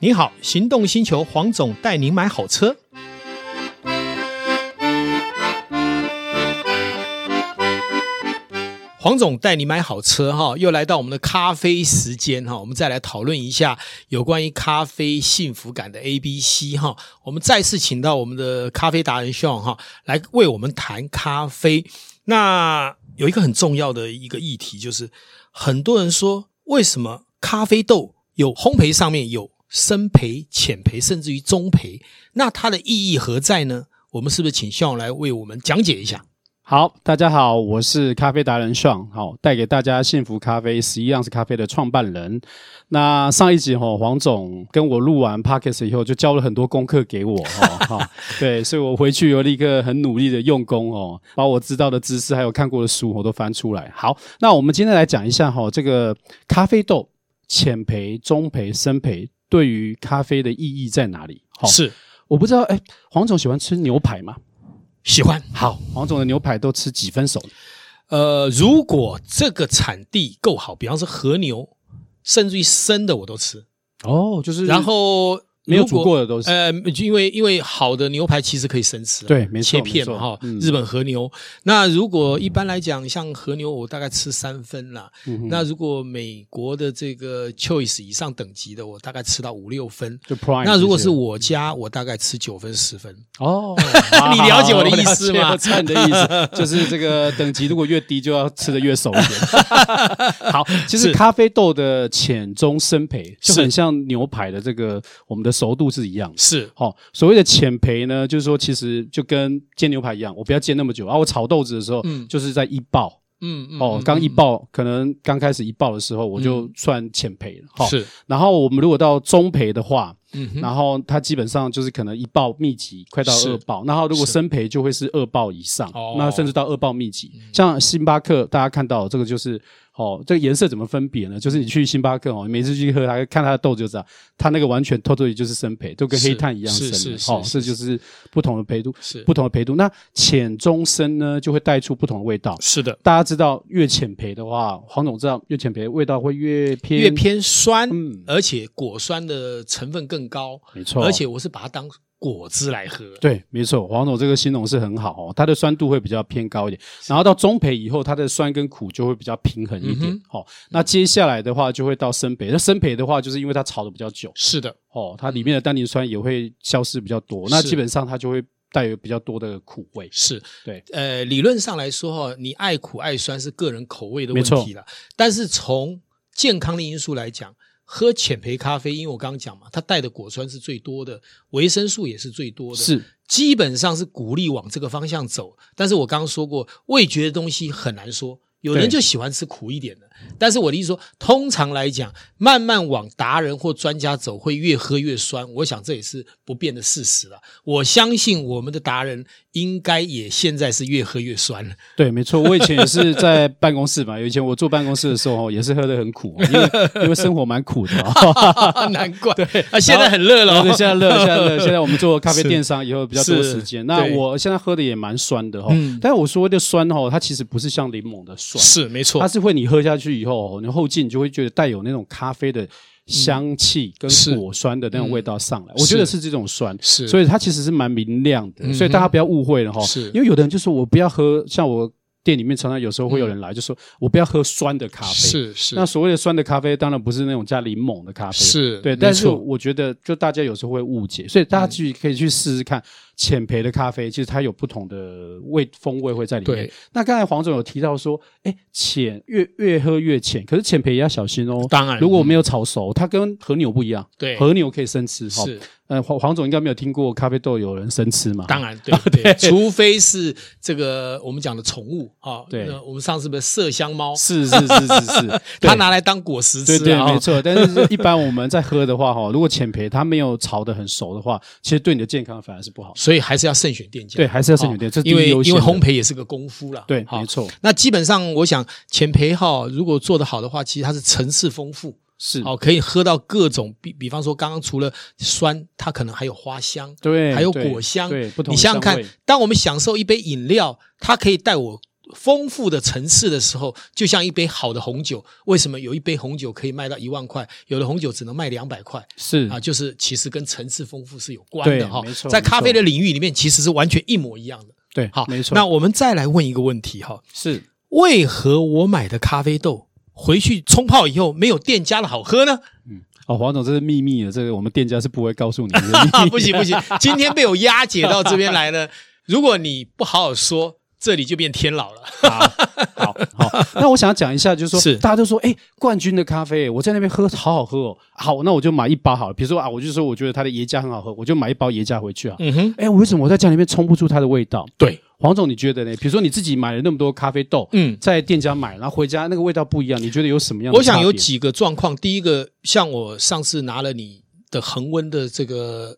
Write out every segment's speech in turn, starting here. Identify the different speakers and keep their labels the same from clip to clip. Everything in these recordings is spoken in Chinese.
Speaker 1: 你好，行动星球黄总带您买好车。黄总带你买好车哈，又来到我们的咖啡时间哈，我们再来讨论一下有关于咖啡幸福感的 A、B、C 哈。我们再次请到我们的咖啡达人 Sean 哈，来为我们谈咖啡。那有一个很重要的一个议题，就是很多人说，为什么咖啡豆有烘焙上面有深焙、浅焙，甚至于中焙？那它的意义何在呢？我们是不是请向来为我们讲解一下？
Speaker 2: 好，大家好，我是咖啡达人爽，好带给大家幸福咖啡十一样式咖啡的创办人。那上一集哈、黄总跟我录完 podcast 以后，就交了很多功课给我哈、哦哈对，所以我回去有立刻很努力的用功哦，把我知道的知识还有看过的书我都翻出来。好，那我们今天来讲一下哈、这个咖啡豆浅焙、中焙、深焙对于咖啡的意义在哪里？好，
Speaker 1: 是
Speaker 2: 我不知道，哎，黄总喜欢吃牛排吗？
Speaker 1: 喜欢。
Speaker 2: 好，黄总的牛排都吃几分熟？
Speaker 1: 呃，如果这个产地够好，比方说和牛，甚至于生的我都吃。
Speaker 2: 哦，就是
Speaker 1: 然后
Speaker 2: 没有
Speaker 1: 如果
Speaker 2: 煮过的都是
Speaker 1: 呃，就因为因为好的牛排其实可以生吃啊，
Speaker 2: 对没错
Speaker 1: 切片
Speaker 2: 没
Speaker 1: 嘛
Speaker 2: 错
Speaker 1: 哈
Speaker 2: 嗯。
Speaker 1: 日本和牛，那如果一般来讲，像和牛我大概吃三分啦。
Speaker 2: 嗯
Speaker 1: 那如果美国的这个 choice 以上等级的，我大概吃到五六分。
Speaker 2: 就 prime。
Speaker 1: 那如果是我家，我大概吃九分十分。
Speaker 2: 哦，
Speaker 1: 你了解我的意思吗
Speaker 2: 我了解我知道你的意思 就是这个等级如果越低，就要吃的越熟一点。好，其实
Speaker 1: 是
Speaker 2: 咖啡豆的浅中深焙就是很像牛排的这个我们的熟度是一样的。
Speaker 1: 是
Speaker 2: 好、所谓的浅焙呢，就是说其实就跟煎牛排一样，我不要煎那么久啊。我炒豆子的时候，
Speaker 1: 嗯
Speaker 2: 就是在一爆
Speaker 1: 嗯嗯
Speaker 2: 哦
Speaker 1: 嗯，
Speaker 2: 刚一爆，可能刚开始一爆的时候，我就算浅焙了。好、
Speaker 1: 是
Speaker 2: 然后我们如果到中培的话，
Speaker 1: 嗯哼
Speaker 2: 然后它基本上就是可能一报密集，快到
Speaker 1: 是
Speaker 2: 二报，然后如果
Speaker 1: 是
Speaker 2: 深培就会是二报以上，
Speaker 1: 哦嗯
Speaker 2: 那甚至到二报密集。像星巴克，大家看到这个就是。哦，这个颜色怎么分别呢？就是你去星巴克哦，你每次去喝它，看它的豆子就知道，它那个完全 totally 就是深培，都跟
Speaker 1: 是
Speaker 2: 黑炭一样
Speaker 1: 是
Speaker 2: 深的。
Speaker 1: 是
Speaker 2: 哦，
Speaker 1: 是
Speaker 2: 这就是不同的培度，
Speaker 1: 是
Speaker 2: 不同的培度。那浅中深呢，就会带出不同的味道。
Speaker 1: 是的，
Speaker 2: 大家知道，越浅培的话，黄总知道，越浅培味道会越偏
Speaker 1: 越偏酸，
Speaker 2: 嗯
Speaker 1: 而且果酸的成分更高，
Speaker 2: 没错
Speaker 1: 而且我是把它当果汁来喝。
Speaker 2: 哦对，没错，黄总这个形容是很好哦，它的酸度会比较偏高一点，然后到中培以后，它的酸跟苦就会比较平衡一点。
Speaker 1: 嗯
Speaker 2: 哦，那接下来的话就会到深培，那深培的话就是因为它炒的比较久，
Speaker 1: 是的，
Speaker 2: 哦，它里面的单宁酸也会消失比较多，那
Speaker 1: 是
Speaker 2: 基本上它就会带有比较多的苦味。
Speaker 1: 是
Speaker 2: 对，
Speaker 1: 呃，理论上来说哈，你爱苦爱酸是个人口味的
Speaker 2: 没
Speaker 1: 问
Speaker 2: 错
Speaker 1: 题了，但是从健康的因素来讲。喝浅焙咖啡，因为我刚刚讲嘛，它带的果酸是最多的，维生素也是最多的，
Speaker 2: 是
Speaker 1: 基本上是鼓励往这个方向走。但是我刚刚说过，味觉的东西很难说，有人
Speaker 2: 对
Speaker 1: 就喜欢吃苦一点的。但是我的意思说，通常来讲，慢慢往达人或专家走，会越喝越酸。我想这也是不变的事实了。我相信我们的达人应该也现在是越喝越酸 了。
Speaker 2: 对，没错，我以前也是在办公室嘛，以前我坐办公室的时候哦也是喝的很苦、哦，因为因为生活蛮苦的、哦。
Speaker 1: 难怪， 对啊，现在很热了
Speaker 2: 对，
Speaker 1: 哦。
Speaker 2: 现在热， 现在热。现在我们做咖啡电商以后比较多时间。那
Speaker 1: 对
Speaker 2: 我现在喝的也蛮酸的哈、
Speaker 1: 嗯
Speaker 2: 但我所谓的酸哈，它其实不是像柠檬的酸，
Speaker 1: 是没错
Speaker 2: 它，是会你喝下去以后，你后劲就会觉得带有那种咖啡的香气
Speaker 1: 嗯
Speaker 2: 跟
Speaker 1: 是
Speaker 2: 果酸的那种味道上来。
Speaker 1: 嗯
Speaker 2: 我觉得是这种酸。
Speaker 1: 是，
Speaker 2: 所
Speaker 1: 以
Speaker 2: 以它其实是蛮明亮的，
Speaker 1: 嗯哼
Speaker 2: 所以大家不要误会了哈
Speaker 1: 是。
Speaker 2: 因为有的人就说我不要喝，像我店里面常常有时候会有人来就说我不要喝酸的咖啡。
Speaker 1: 嗯是是
Speaker 2: 那所谓的酸的咖啡，当然不是那种加柠檬的咖啡，
Speaker 1: 是
Speaker 2: 对。
Speaker 1: 没
Speaker 2: 但是
Speaker 1: 错嗯
Speaker 2: 我觉得，就大家有时候会误解，所以大家去可以去试试看浅焙的咖啡，其实它有不同的味风味会在里面
Speaker 1: 对。
Speaker 2: 那刚才黄总有提到说，哎，浅越越喝越浅，可是浅焙也要小心哦。
Speaker 1: 当然
Speaker 2: 如果没有炒熟，它跟和牛不一样，
Speaker 1: 对
Speaker 2: 和牛可以生吃哈。
Speaker 1: 是。
Speaker 2: 呃，黄黄总应该没有听过咖啡豆有人生吃嘛？
Speaker 1: 当然，对对，除非是这个我们讲的宠物啊，
Speaker 2: 对
Speaker 1: 那我们上次不是麝香猫，
Speaker 2: 是是是是是， 对
Speaker 1: 它拿来当果实
Speaker 2: 对
Speaker 1: 吃
Speaker 2: 对，
Speaker 1: 啊，
Speaker 2: 没
Speaker 1: 哦
Speaker 2: 错。但是一般我们在喝的话，哈，如果浅焙它没有炒得很熟的话，其实对你的健康反而是不好的。
Speaker 1: 所以还是要慎选店家，
Speaker 2: 对，还是要慎选店，
Speaker 1: 哦
Speaker 2: 这是第
Speaker 1: 因
Speaker 2: 一
Speaker 1: 为
Speaker 2: 优
Speaker 1: 因
Speaker 2: 先
Speaker 1: 为
Speaker 2: 的
Speaker 1: 烘焙也是个功夫啦。
Speaker 2: 对，
Speaker 1: 好
Speaker 2: 没错，
Speaker 1: 那基本上我想浅焙哈，如果做得好的话，其实它是层次丰富，
Speaker 2: 是，
Speaker 1: 哦，可以喝到各种，比比方说刚刚除了酸，它可能还有花香，
Speaker 2: 对，
Speaker 1: 还有
Speaker 2: 对
Speaker 1: 果香
Speaker 2: 对，不同
Speaker 1: 你
Speaker 2: 的
Speaker 1: 想想
Speaker 2: 香
Speaker 1: 看
Speaker 2: 味，
Speaker 1: 当我们享受一杯饮料，它可以带我丰富的层次的时候，就像一杯好的红酒，为什么有一杯红酒可以卖到一万块，有的红酒只能卖两百块？
Speaker 2: 是
Speaker 1: 啊，就是其实跟层次丰富是有关的
Speaker 2: 对
Speaker 1: 哈
Speaker 2: 嗯没错，
Speaker 1: 在
Speaker 2: 没
Speaker 1: 咖啡
Speaker 2: 错
Speaker 1: 的领域里面，其实是完全一模一样的。
Speaker 2: 对，
Speaker 1: 好，
Speaker 2: 没错，
Speaker 1: 那我们再来问一个问题哈，
Speaker 2: 是
Speaker 1: 为何我买的咖啡豆回去冲泡以后没有店家的好喝呢？
Speaker 2: 哦，黄总这是秘密的，这个我们店家是不会告诉你 的 秘密。
Speaker 1: 啊不行不行，今天被我押解到这边来呢，如果你不好好说，这里就变天老了。
Speaker 2: 好好，那我想讲一下，就是说，
Speaker 1: 是
Speaker 2: 大家都说，哎、冠军的咖啡，我在那边喝，好好喝哦。好，那我就买一包好了。比如说啊，我就说我觉得它的椰浆很好喝，我就买一包椰浆回去啊。
Speaker 1: 嗯哼，
Speaker 2: 哎、我为什么我在家里面冲不出它的味道？
Speaker 1: 对，
Speaker 2: 黄总，你觉得呢？比如说你自己买了那么多咖啡豆，
Speaker 1: 嗯。
Speaker 2: 在店家买，然后回家那个味道不一样，你觉得有什么样的
Speaker 1: 我
Speaker 2: 差别？
Speaker 1: 想有几个状况，第一个，像我上次拿了你的恒温的这个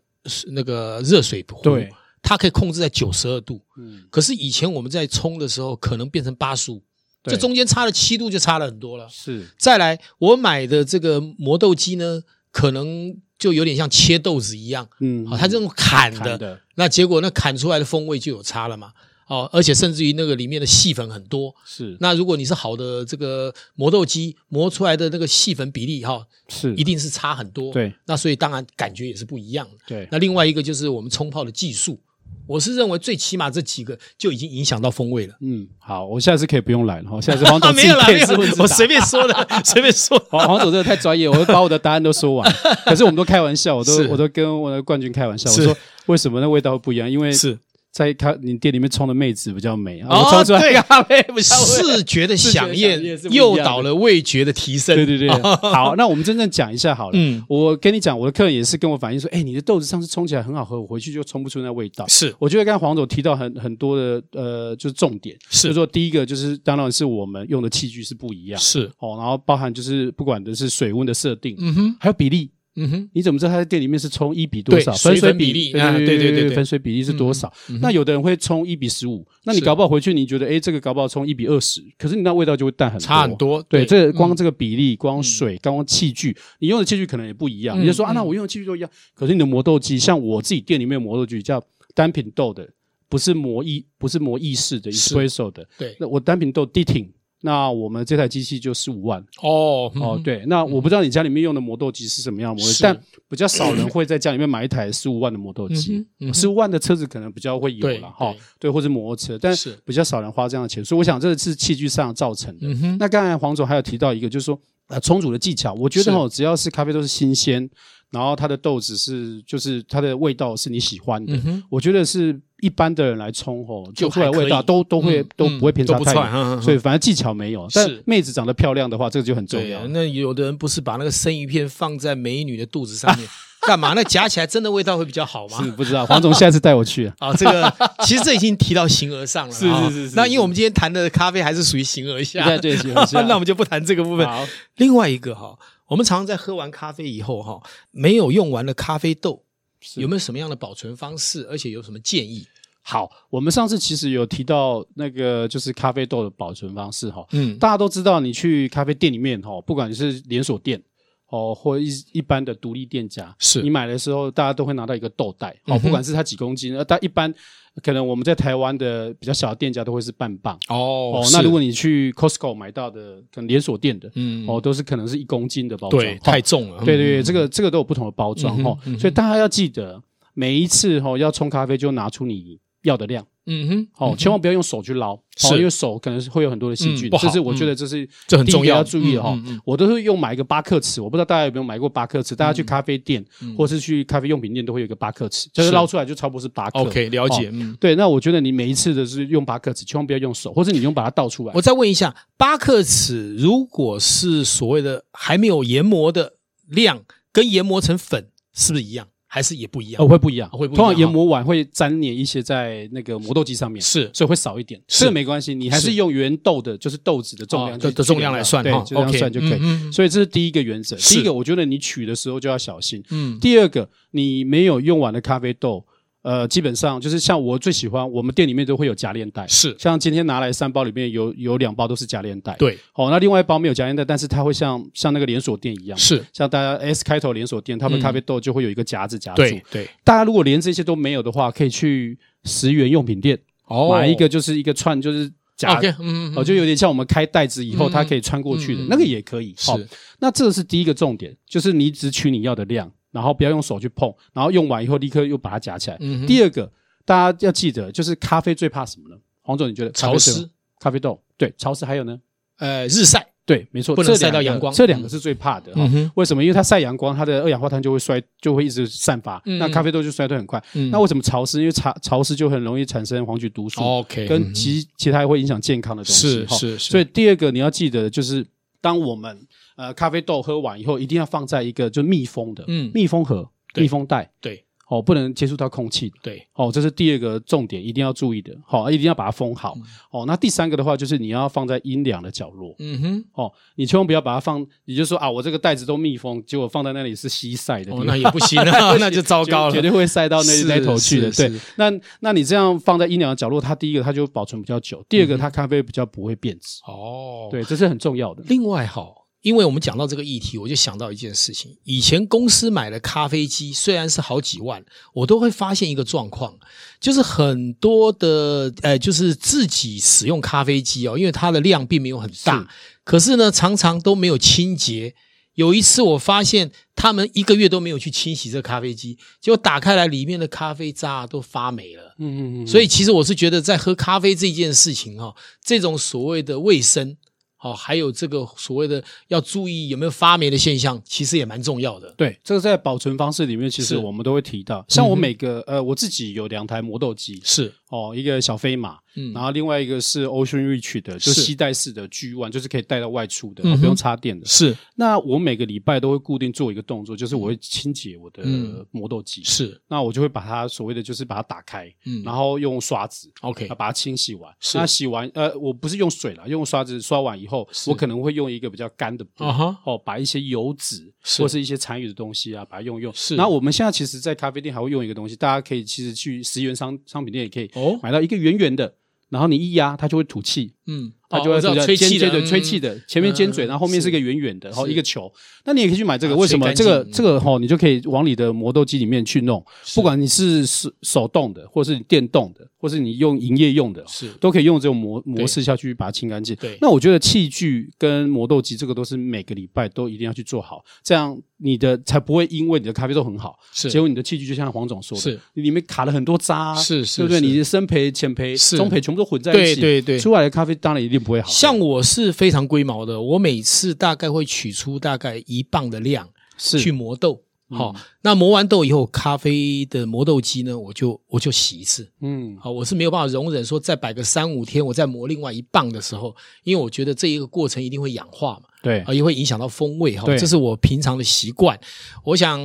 Speaker 1: 那个热水壶，
Speaker 2: 对，
Speaker 1: 它可以控制在九十二度，
Speaker 2: 嗯，
Speaker 1: 可是以前我们在冲的时候，可能变成八十五，
Speaker 2: 对
Speaker 1: 这中间差了七度就差了很多了。
Speaker 2: 是
Speaker 1: 再来，我买的这个磨豆机呢，可能就有点像切豆子一样，哦
Speaker 2: 嗯，
Speaker 1: 好，它这种砍的，
Speaker 2: 砍的
Speaker 1: 那结果那砍出来的风味就有差了嘛。哦，而且甚至于那个里面的细粉很多，
Speaker 2: 是
Speaker 1: 那如果你是好的这个磨豆机磨出来的那个细粉比例哈，
Speaker 2: 是
Speaker 1: 一定是差很多。，
Speaker 2: 对
Speaker 1: 那所以当然感觉也是不一样的。
Speaker 2: 对
Speaker 1: 那另外一个就是我们冲泡的技术，我是认为最起码这几个就已经影响到风味了。
Speaker 2: 嗯，好，我下次可以不用来了哈，下次黄总
Speaker 1: 啊，
Speaker 2: 自
Speaker 1: 没
Speaker 2: 己
Speaker 1: 有啦，
Speaker 2: 可
Speaker 1: 没
Speaker 2: 以
Speaker 1: 有
Speaker 2: 哦自问
Speaker 1: 啦
Speaker 2: 自，答
Speaker 1: 我随便说 的，随便说的。
Speaker 2: 黄黄总真的太专业，我会把我的答案都说 完。可是我们都开玩笑，我都
Speaker 1: 是
Speaker 2: 我都跟我的冠军开玩笑，
Speaker 1: 是
Speaker 2: 我说为什么那味道会不一样？因为
Speaker 1: 是
Speaker 2: 在他你店里面冲的妹子比较美，啊
Speaker 1: 哦
Speaker 2: 我冲出来
Speaker 1: 对
Speaker 2: 咖啡哎不像 味。
Speaker 1: 视觉的
Speaker 2: 觉的
Speaker 1: 响
Speaker 2: 响
Speaker 1: 应
Speaker 2: 应是不一样
Speaker 1: 诱
Speaker 2: 的
Speaker 1: 导了味觉的提升。
Speaker 2: 对对对，好，那我们真正讲一下好
Speaker 1: 哦
Speaker 2: 了。
Speaker 1: 嗯
Speaker 2: 我跟你讲，我的客人也是跟我反映说，哎，你的豆子上次冲起来很好喝，我回去就冲不出那味道。
Speaker 1: 是
Speaker 2: 我觉得刚才黄总提到很很多的呃，就是重点，就是说第一个就是当然是我们用的器具是不一样
Speaker 1: 是，
Speaker 2: 哦，然后包含就是不管的是水温的设定，
Speaker 1: 嗯哼，
Speaker 2: 还有比例，
Speaker 1: 嗯哼，
Speaker 2: 你怎么知道他在店里面是冲一比多少？
Speaker 1: 对水
Speaker 2: 水
Speaker 1: 分比例
Speaker 2: 对
Speaker 1: 啊
Speaker 2: 对
Speaker 1: 对对对
Speaker 2: 对
Speaker 1: 对嗯
Speaker 2: 分水比例是多少？那有的人会冲一比十五，那你
Speaker 1: 是
Speaker 2: 搞不好回去你觉得，哎，这个搞不好冲一比二十，可是你那味道就会淡很多，
Speaker 1: 差很。多。
Speaker 2: 对，这个光
Speaker 1: 嗯
Speaker 2: 这个比例、光水、光器具，你用的器具可能也不一
Speaker 1: 嗯
Speaker 2: 样。你就说啊，
Speaker 1: 嗯
Speaker 2: 那我用的器具都一样，可是你的磨豆机，像我自己店里面的磨豆机叫单品豆的，不是磨意，不是磨意式的
Speaker 1: 是
Speaker 2: espresso 的，
Speaker 1: 对
Speaker 2: 那我单品豆 d i t t i n g 那我们这台机器就十五万，
Speaker 1: 哦
Speaker 2: 哦
Speaker 1: 嗯，
Speaker 2: 对，那我不知道你家里面用的磨豆机是什么样的磨豆机，
Speaker 1: 是
Speaker 2: 但比较少人会在家里面买一台十五万的磨豆
Speaker 1: 嗯
Speaker 2: 机
Speaker 1: 哼嗯哼，
Speaker 2: 十五、万的车子可能比较会有
Speaker 1: 对
Speaker 2: 了哈，对，或者摩托车，但
Speaker 1: 是
Speaker 2: 比较少人花这样的钱，所以我想这是器具上造成的。
Speaker 1: 嗯哼，
Speaker 2: 那刚才黄总还有提到一个，就是说呃冲煮的技巧，我觉
Speaker 1: 是
Speaker 2: 得哦，只要是咖啡豆是新鲜，然后它的豆子是就是它的味道是你喜欢的，
Speaker 1: 嗯哼。
Speaker 2: 我觉得是一般的人来冲哦，
Speaker 1: 就
Speaker 2: 就出来
Speaker 1: 还可
Speaker 2: 味道
Speaker 1: 以
Speaker 2: 都都会、
Speaker 1: 嗯
Speaker 2: 都
Speaker 1: 嗯
Speaker 2: 不会偏
Speaker 1: 都
Speaker 2: 差
Speaker 1: 不
Speaker 2: 太
Speaker 1: 错嗯
Speaker 2: 远。
Speaker 1: 嗯嗯
Speaker 2: 所以反正技巧没有，但
Speaker 1: 是
Speaker 2: 妹子长得漂亮的话，这个就很重
Speaker 1: 对
Speaker 2: 要
Speaker 1: 啊，。那有的人不是把那个生鱼片放在美女的肚子上 面干嘛？那夹起来真的味道会比较好
Speaker 2: 是
Speaker 1: 吗？
Speaker 2: 不知道，黄总下次带我去
Speaker 1: 。啊，这个其实这已经提到形而上了啊。
Speaker 2: 是是是是
Speaker 1: 那因为我们今天谈的咖啡还是属于形而下，
Speaker 2: 对对
Speaker 1: 啊 那我们就不谈这个部分。
Speaker 2: 好
Speaker 1: 另外一个哈，我们常常在喝完咖啡以后哈，没有用完的咖啡豆
Speaker 2: 是
Speaker 1: 有没有什么样的保存方式？而且有什么建议？
Speaker 2: 好，我们上次其实有提到那个就是咖啡豆的保存方式哈，
Speaker 1: 嗯，
Speaker 2: 大家都知道，你去咖啡店里面哦哈，不管你是连锁店哦，或一一般的独立店家，
Speaker 1: 是
Speaker 2: 你买的时候，大家都会拿到一个豆袋哦，
Speaker 1: 嗯哼
Speaker 2: 不管是它几公斤，呃，但一般可能我们在台湾的比较小的店家都会是半磅
Speaker 1: 哦
Speaker 2: 哦。那如
Speaker 1: 果
Speaker 2: 果你去 Costco 买到的，可能连锁店的
Speaker 1: 嗯
Speaker 2: 哦，都是可能是一公斤的包装，
Speaker 1: 对
Speaker 2: 哦
Speaker 1: 太重了，
Speaker 2: 对对
Speaker 1: 嗯
Speaker 2: 对，这个这个都有不同的包装
Speaker 1: 嗯哼
Speaker 2: 哦，所以大家要记得每一次哦要冲咖啡就拿出你要的量。
Speaker 1: 嗯哼，
Speaker 2: 哦，千万不要用手去捞，哦，
Speaker 1: 是
Speaker 2: 因为手可能是会有很多的细菌，
Speaker 1: 嗯不好
Speaker 2: 这是我觉得这是
Speaker 1: 这很
Speaker 2: 第一个
Speaker 1: 重要
Speaker 2: 要注意的哈、
Speaker 1: 嗯嗯嗯嗯
Speaker 2: 我都是用买一个巴克尺，我不知道大家有没有买过巴克尺，大家去咖啡店、或是去咖啡用品店都会有一个巴克尺，就是
Speaker 1: 是
Speaker 2: 捞出来就差不多是八克。
Speaker 1: OK，了解
Speaker 2: 哦。
Speaker 1: 嗯。
Speaker 2: 对，那我觉得你每一次的是用巴克尺，千万不要用手，或者你用把它倒出来
Speaker 1: 我。再问一下，巴克尺如果是所谓的还没有研磨的量，跟研磨成粉是不是一样？还是也不一样？
Speaker 2: 哦，会不一样，
Speaker 1: 会不一样
Speaker 2: 通常研
Speaker 1: 哦
Speaker 2: 磨完会粘黏一些在那个磨豆机上面，
Speaker 1: 是
Speaker 2: 所以会少一点，
Speaker 1: 是
Speaker 2: 这个没关系，你还
Speaker 1: 是
Speaker 2: 是用原豆的，就是豆子的重
Speaker 1: 哦
Speaker 2: 量去
Speaker 1: 的的重量来算
Speaker 2: 对
Speaker 1: 哈，
Speaker 2: 就这样
Speaker 1: OK，
Speaker 2: 算就可以。
Speaker 1: 嗯嗯嗯
Speaker 2: 所以这是第一个原则。
Speaker 1: 是
Speaker 2: 第一个，我觉得你取的时候就要小心。
Speaker 1: 嗯，
Speaker 2: 第二个，你没有用完的咖啡豆，呃，基本上就是像我最喜欢，我们店里面都会有夹链袋，
Speaker 1: 是
Speaker 2: 像今天拿来三包里面有有两包都是夹链袋，，
Speaker 1: 对，
Speaker 2: 哦，那另外一包没有夹链袋，但是它会像像那个连锁店一样。
Speaker 1: 是
Speaker 2: 像大家 S 开头连锁店，他
Speaker 1: 嗯
Speaker 2: 们咖啡豆就会有一个夹子夹住。
Speaker 1: 对对，
Speaker 2: 大家如果连这些都没有的话，可以去十元用品店、
Speaker 1: 哦
Speaker 2: 买一个，就是一个串，就是假
Speaker 1: OK，嗯，嗯
Speaker 2: 哦，就有点像我们开袋子以后，
Speaker 1: 嗯
Speaker 2: 它可以穿过去的
Speaker 1: 嗯嗯
Speaker 2: 那个也可以。好
Speaker 1: 是，
Speaker 2: 那这是第一个重点，就是你只取你要的量，然后不要用手去碰，然后用完以后立刻又把它夹起来。
Speaker 1: 嗯哼
Speaker 2: 第二个，大家要记得，就是咖啡最怕什么呢？黄总，你觉得咖
Speaker 1: 潮
Speaker 2: 啡最
Speaker 1: 湿，
Speaker 2: 咖啡豆对潮湿，还有呢？
Speaker 1: 呃，日晒，
Speaker 2: 对，没错，
Speaker 1: 不能
Speaker 2: 这两
Speaker 1: 晒到
Speaker 2: 个
Speaker 1: 阳光
Speaker 2: 这两个是最怕的。哈
Speaker 1: 嗯哼，
Speaker 2: 为什么？因为它晒阳光，它的二氧化碳就会衰，就会一直散发。
Speaker 1: 嗯
Speaker 2: 那咖啡豆就衰退很快。
Speaker 1: 嗯
Speaker 2: 那为什么潮湿？因为潮潮湿就很容易产生黄曲毒素，
Speaker 1: OK，
Speaker 2: 跟
Speaker 1: 嗯
Speaker 2: 其其他会影响健康的东西。
Speaker 1: 是
Speaker 2: 哈
Speaker 1: 是是，
Speaker 2: 所以第二个你要记得的就是，当我们呃咖啡豆喝完以后，一定要放在一个就密封的，
Speaker 1: 嗯
Speaker 2: 密封盒、
Speaker 1: 对
Speaker 2: 密封袋，
Speaker 1: 对
Speaker 2: 哦，不能接触到空气的。
Speaker 1: 对，
Speaker 2: 哦，这是第二个重点，一定要注意的。好、一定要把它封好。
Speaker 1: 嗯
Speaker 2: 哦，那第三个的话就是你要放在阴凉的角落。
Speaker 1: 嗯哼，
Speaker 2: 哦，你千万不要把它放，你就说啊，我这个袋子都密封，结果放在那里是西晒的地
Speaker 1: 哦，
Speaker 2: 方。
Speaker 1: 那也不行啊，那就糟糕
Speaker 2: 绝
Speaker 1: 了
Speaker 2: 绝。对会晒到那
Speaker 1: 是
Speaker 2: 那头去的。
Speaker 1: 是
Speaker 2: 对
Speaker 1: 是，
Speaker 2: 那那你这样放在阴凉的角落，它第一个它就保存比较久，第
Speaker 1: 嗯
Speaker 2: 二个它咖啡比较不会变质。
Speaker 1: 哦，
Speaker 2: 对，这是很重要的。
Speaker 1: 另外哈，因为我们讲到这个议题，我就想到一件事情：以前公司买的咖啡机虽然是好几万，我都会发现一个状况，就是很多的呃，就是自己使用咖啡机哦，因为它的量并没有很大，
Speaker 2: 是
Speaker 1: 可是呢，常常都没有清洁。有一次我发现他们一个月都没有去清洗这咖啡机，结果打开来里面的咖啡渣都发霉了。
Speaker 2: 嗯嗯嗯。
Speaker 1: 所以其实我是觉得，在喝咖啡这件事情哈、哦，这种所谓的卫生，哦，还有这个所谓的要注意有没有发霉的现象，其实也蛮重要的。
Speaker 2: 对，这个在保存方式里面，其实
Speaker 1: 是
Speaker 2: 我们都会提到。像
Speaker 1: 嗯
Speaker 2: 我
Speaker 1: 哼
Speaker 2: 每个呃，我自己有两台磨豆机
Speaker 1: 是，
Speaker 2: 哦，一个小飞马，
Speaker 1: 嗯
Speaker 2: 然后另外一个是 Ocean Reach 的，就是吸带式的 G One，就是可以带到外出的，哦
Speaker 1: 嗯哼
Speaker 2: 不用插电的。
Speaker 1: 是
Speaker 2: 那我每个礼拜都会固定做一个动作，就是我会清洁我的
Speaker 1: 嗯
Speaker 2: 磨豆机。
Speaker 1: 是，
Speaker 2: 那我就会把它所谓的就是把它打开，
Speaker 1: 嗯
Speaker 2: 然后用刷子，
Speaker 1: ，OK，
Speaker 2: 啊，把它清洗完。
Speaker 1: 是
Speaker 2: 那洗完，呃，我不是用水啦，用刷子刷完以后，
Speaker 1: 是
Speaker 2: 我可能会用一个比较干的布，
Speaker 1: 啊哈，
Speaker 2: 哦，把一些油脂
Speaker 1: 是
Speaker 2: 或是一些残余的东西啊，把它用一用。
Speaker 1: 是
Speaker 2: 那我们现在其实，在咖啡店还会用一个东西，大家可以其实去十元商商品店也可以
Speaker 1: 哦，
Speaker 2: 买到一个圆圆的，然后你一压它就会吐气，
Speaker 1: 嗯，
Speaker 2: 它
Speaker 1: 哦
Speaker 2: 就会
Speaker 1: 我知
Speaker 2: 吐
Speaker 1: 道
Speaker 2: 气
Speaker 1: 吹气
Speaker 2: 尖
Speaker 1: 的，
Speaker 2: 对对，
Speaker 1: 嗯
Speaker 2: 吹气，的，前面尖嘴，
Speaker 1: 嗯
Speaker 2: 然后后面是一个圆圆的，然后一个球。那你也可以去买这个，
Speaker 1: 啊
Speaker 2: 为什么？
Speaker 1: 吹干
Speaker 2: 这
Speaker 1: 净
Speaker 2: 个
Speaker 1: 嗯
Speaker 2: 这个吼，你就可以往你的磨豆机里面去弄，不管你是手手动的，或是你电动的，或是你用营业用的，
Speaker 1: 是
Speaker 2: 都可以用这种模
Speaker 1: 对
Speaker 2: 模式下去把它清干净。
Speaker 1: 对
Speaker 2: 那我觉得器具跟磨豆机这个都是每个礼拜都一定要去做好，这样你的才不会因为你的咖啡豆很好，
Speaker 1: 是
Speaker 2: 结果你的器具就像黄总说的，
Speaker 1: 是
Speaker 2: 你里面卡了很多渣啊，
Speaker 1: 是是
Speaker 2: 对不对？
Speaker 1: 是
Speaker 2: 你的深培、浅培、
Speaker 1: 是
Speaker 2: 中培全部都混在一
Speaker 1: 对
Speaker 2: 起，
Speaker 1: 对对。
Speaker 2: 出来的咖啡当然一定不会好。
Speaker 1: 像我是非常龟毛的，我每次大概会取出大概一磅的量，
Speaker 2: 是
Speaker 1: 去磨豆。好、那磨完豆以后，咖啡的磨豆机呢，我就我就洗一次。
Speaker 2: 嗯，
Speaker 1: 好，我是没有办法容忍说再摆个三五天，我再磨另外一磅的时候，因为我觉得这一个过程一定会氧化嘛，
Speaker 2: 对
Speaker 1: 啊，也会影响到风味哈
Speaker 2: 对。
Speaker 1: 这是我平常的习惯。我想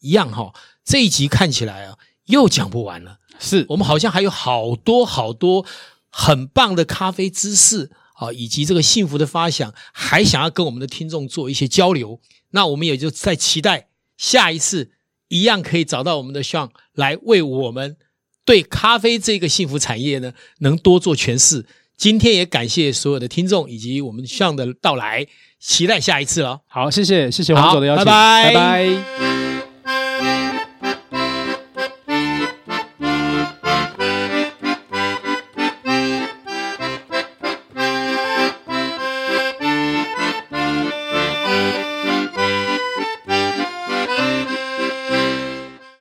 Speaker 1: 一样哈，这一集看起来啊，又讲不完了。
Speaker 2: 是
Speaker 1: 我们好像还有好多好多很棒的咖啡知识啊，以及这个幸福的发想，还想要跟我们的听众做一些交流。那我们也就在期待下一次一样可以找到我们的 Sean 来为我们对咖啡这个幸福产业呢，能多做诠释。今天也感谢所有的听众以及我们 Sean 的到来，期待下一次了。
Speaker 2: 好，谢谢谢谢黄总的邀请，
Speaker 1: 好拜拜
Speaker 2: 拜拜